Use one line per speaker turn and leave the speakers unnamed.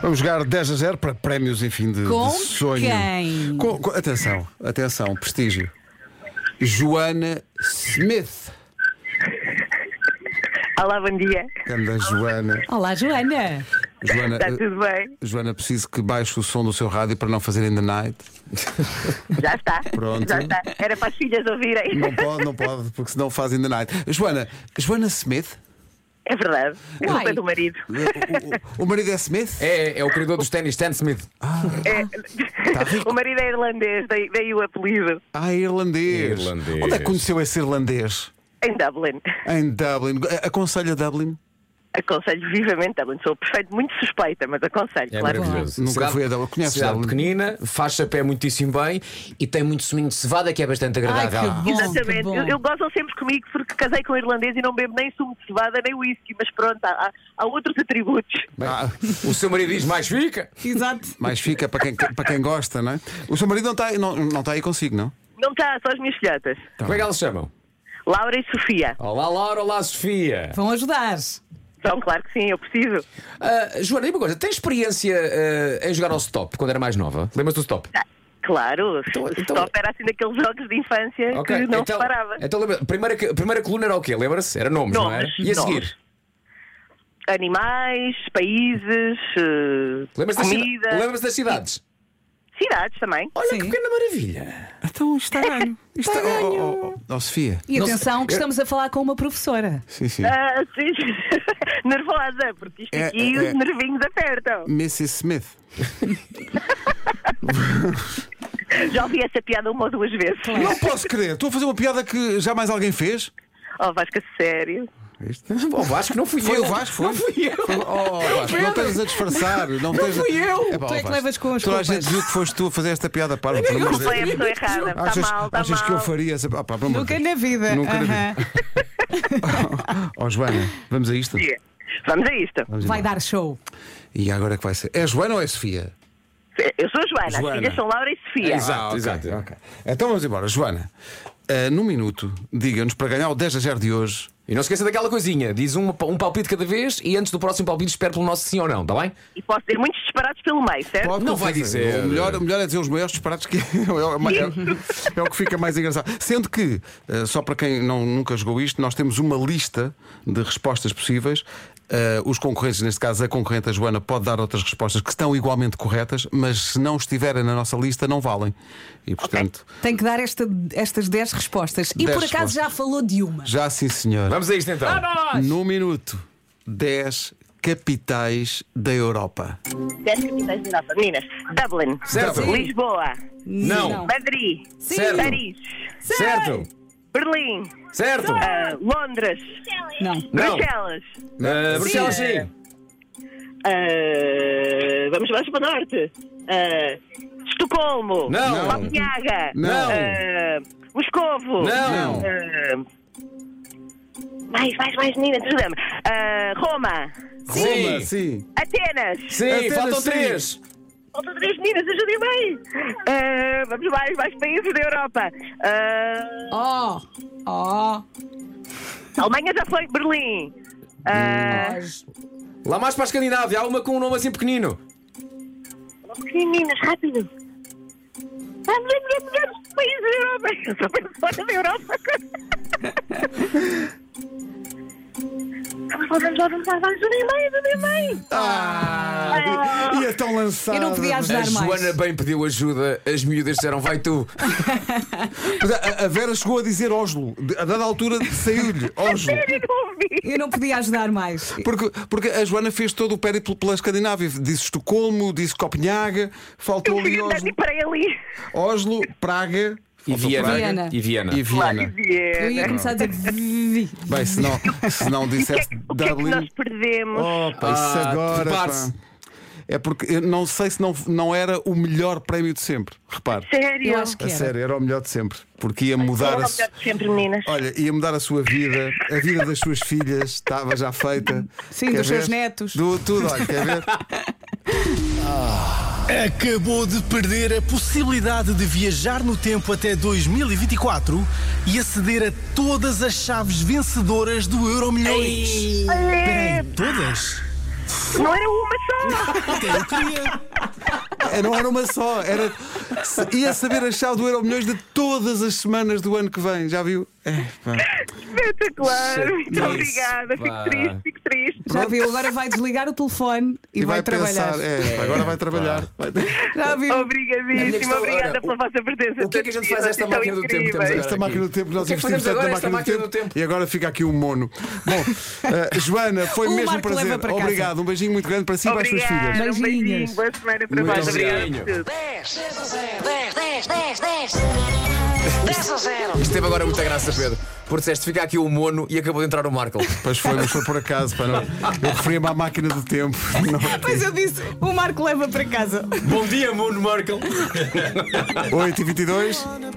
Vamos jogar 10 a 0 para prémios, enfim, de,
Com
de sonho.
quem?
Com- com- atenção, atenção, prestígio. Joana Smith.
Olá, bom dia.
Anda, Joana.
Olá, Joana.
Joana,
Está
eh,
tudo bem?
Joana, preciso que baixe o som do seu rádio para não fazer in the night.
Já está.
Pronto.
Já está. Era para as filhas ouvirem.
Não pode, não pode, porque senão faz in the night. Joana, Joana Smith?
É verdade. É
Uai.
culpa do marido.
O, o- o marido é Smith?
É, é o criador dos ténis, Stan Smith.
Ah,
É.
tá
O marido é irlandês, daí, daí o apelido.
Ah, irlandês.
Irlandês.
Onde é que conheceu esse irlandês?
Em Dublin.
Em Dublin. A- Aconselha Dublin?
Aconselho vivamente Dublin. Sou perfeito, muito suspeita, mas aconselho.
É
claro.
maravilhoso.
Nunca
Cidade-
fui a Dublin. Conheces
cidade
Dublin?
pequenina, faz chapé muitíssimo bem e tem muito suminho de cevada que é bastante agradável.
Ai, que bom, que
Exatamente.
bom.
Eu, eu gozam sempre comigo porque casei com um irlandês e não bebo nem sumo de cevada nem whisky, mas pronto, há, há- há outros atributos.
Ah,
O seu marido diz mais fica.
Exato.
mais fica para quem, para quem gosta, não é? O seu marido não está, aí- não, não está aí consigo, não?
Não está, só as minhas filhotas.
Então.
Como é que elas se chamam?
Laura e Sofia.
Olá Laura, olá Sofia.
Vão ajudar.
Então, claro que sim, eu preciso.
Ah, Joana, e uma coisa, tem experiência ah, em jogar ao stop quando era mais nova? Lembras do stop?
Ah, Claro,
Então-
o
então-
stop era assim daqueles jogos de infância que não
então,
se parava.
é
então lembra, primeira, que- primeira coluna era o quê? Lembra-se? Era nomes, não é? era?
Nomes,
E a
nomes.
seguir?
Animais, países, eh,
Lembra-se das, cida-
comida,
lembra-se das cidades?
cidades também.
Olha
Sim.
que pequena maravilha.
Então está ganho. Está Oh, oh, oh, oh, Sofia.
E
Não
atenção,
sei,
que
eu-
estamos a falar com uma professora.
Sim, sim.
Ah, sim. Nervosa, porque isto
É, é,
aqui
é.
os nervinhos apertam.
Mrs. Smith.
Já ouvi essa piada uma ou duas vezes.
Não posso crer. Estou a fazer uma piada que jamais alguém fez. é-
Oh, Vasco, a sério.
O Vasco não fui
Foi
eu.
o Vasco? Foi?
Não fui eu.
Foi- Oh, Vasco, não tens a disfarçar. Não, tens a...
fui eu.
pá,
Tu é que
Vasco,
levas com as
Toda a
culpas.
gente viu que foste tu a fazer esta piada para pelo amor de
Foi
Deus.
é a pessoa errada. Está
Achas,
Tá mal, está
achas que eu
mal.
faria essa. Ah, pá, pelo amor de
Nunca
Deus.
na vida.
Nunca na
Aham.
Oh, Joana, vamos a isto?
Vamos a isto.
Vai dar show.
E agora é que vai ser. É Joana ou é Sofia?
Eu sou a Joana,
Joana.
as filhas são Laura e Sofia.
Exato,
Ah, ok,
exato.
ok. Então vamos embora. Joana, ah, num minuto, diga-nos para ganhar o 10 a 0 de hoje.
E não se esqueça daquela coisinha, diz um, um palpite cada vez e antes do próximo palpite espero pelo nosso sim ou não, está bem?
E posso ter muitos disparados pelo meio, certo?
Pode,
Não
com
vai
certeza.
dizer.
O melhor, o melhor é dizer os maiores disparates que é, é- é o que fica mais engraçado. Sendo que, eh, só para quem não, nunca jogou isto, nós temos uma lista de respostas possíveis. Eh, os concorrentes, neste caso a concorrente a Joana, pode dar outras respostas que estão igualmente corretas, mas se não estiverem na nossa lista, não valem. E portanto,
Tem que dar esta- estas 10 respostas. E
Dez
por acaso
respostas.
já falou de uma.
já sim senhor.
Vamos a isto então.
No minuto, 10 capitais da Europa.
Dez capitais da Europa. Meninas, Dublin,
Certo.
Dublin. Lisboa,
Não.
Madrid,
Certo.
Paris,
Certo,
Berlim,
certo.
ah, Londres,
Não.
Não.
Bruxelas.
Ah, Bruxelas, sim.
ah, vamos mais para o norte. ah, Estocolmo,
Não.
Copenhaga,
Não.
ah, Moscovo.
Não.
ah, mais, mais, mais, meninas, ajuda-me. Ah, Roma,
Sim.
Roma, sim.
Atenas.
Sim,
Apenas
faltam
sim.
três.
Faltam três meninas, ajudem bem! Ah, vamos mais, mais países da Europa. Ah,
Oh, oh,
Alemanha já foi, Berlim. Ah,
nós.
Lá mais para a Escandinávia, há uma com um nome assim pequenino.
meninas, rápido. Ah, é Vamos, vamos, vamos, países da Europa. Eu sou professora da Europa. Vamos lá, vamos lá, vamos lá, vamos, ajudem bem, ajudem bem. Ah,
E é tão lançado.
Eu não podia ajudar
A
mais.
Joana bem pediu ajuda, as miúdas disseram vai tu.
Mas é, a, a Vera chegou a dizer Oslo. De- A dada altura saiu-lhe Oslo.
sério, não ouvi.
Eu não podia ajudar mais.
Porque, porque a Joana fez todo o périplo pela Escandinávia. Disse Estocolmo, disse Copenhaga,
Eu
faltou
fui
ali
andando
Oslo,
e parei ali.
Oslo Praga
E
faltou
Viena.
Viena.
E Viena.
E
Lá,
Viena.
Eu ia
Viena.
começar a dizer. vi.
Bem, se não, se não
E O que, é
dissesse
que, o que é que
Dublin.
nós perdemos?
Opa, isso
Ah,
agora. pá.
prepare-se.
É porque eu não sei se não, não era o melhor prémio de sempre. Repare.
Sério?
Eu acho que
A
era.
sério, era o melhor de sempre. Porque ia mudar
Não,
a.
não,
su-
melhor que sempre, meninas.
Olha, ia mudar a sua vida, a vida das suas filhas estava já feita.
Sim, dos seus netos.
Do tudo, olha, quer ver?
Acabou de perder a possibilidade de viajar no tempo até 2024 e aceder a Oh. todas as chaves vencedoras do Euro Milhões. Peraí, todas?
Não era uma só.
Até eu queria.
É, Não era uma só, era. se- Ia saber a chave do Euro Milhões de todas as semanas do ano que vem, já viu? É, pá.
Espetacular. Muito
Chatice,
obrigada.
pá.
Fico triste, fico triste.
Já viu? Agora vai desligar o telefone e, vai, trabalhar.
pensar, é, pá, agora vai trabalhar.
Já viu?
Minha
Obrigadíssima,
questão,
obrigada
olha,
pela
o-
vossa presença.
o que é que a gente faz
Vocês
esta
são
máquina do tempo que temos
incríveis.
agora?
Esta máquina do tempo,
O
nós
que é que
investimos
fazemos
tanto na
agora,
máquina,
esta máquina
do,
do
tempo,
tempo?
E agora fica aqui um mono. Bom, eh, Joana, foi
O
mesmo um
Marco
prazer.
leva para casa.
Obrigado, um beijinho muito grande para si e para as suas filhas.
Obrigada, um
Beijinhos.
beijinho. Boa semana para
Muito
vós. Obrigada por
obrigado.
tudo.
10, 10, 10. 10 a 0.
Isto teve agora muita graça, Pedro. Porque disseste, fica aqui o mono e acabou de entrar o Marco.
Pois foi, mas foi por acaso. Para não... Eu referia-me à máquina do tempo. Não.
Pois eu disse, o Marco leva para casa.
Bom dia, mono Marco.
8h22.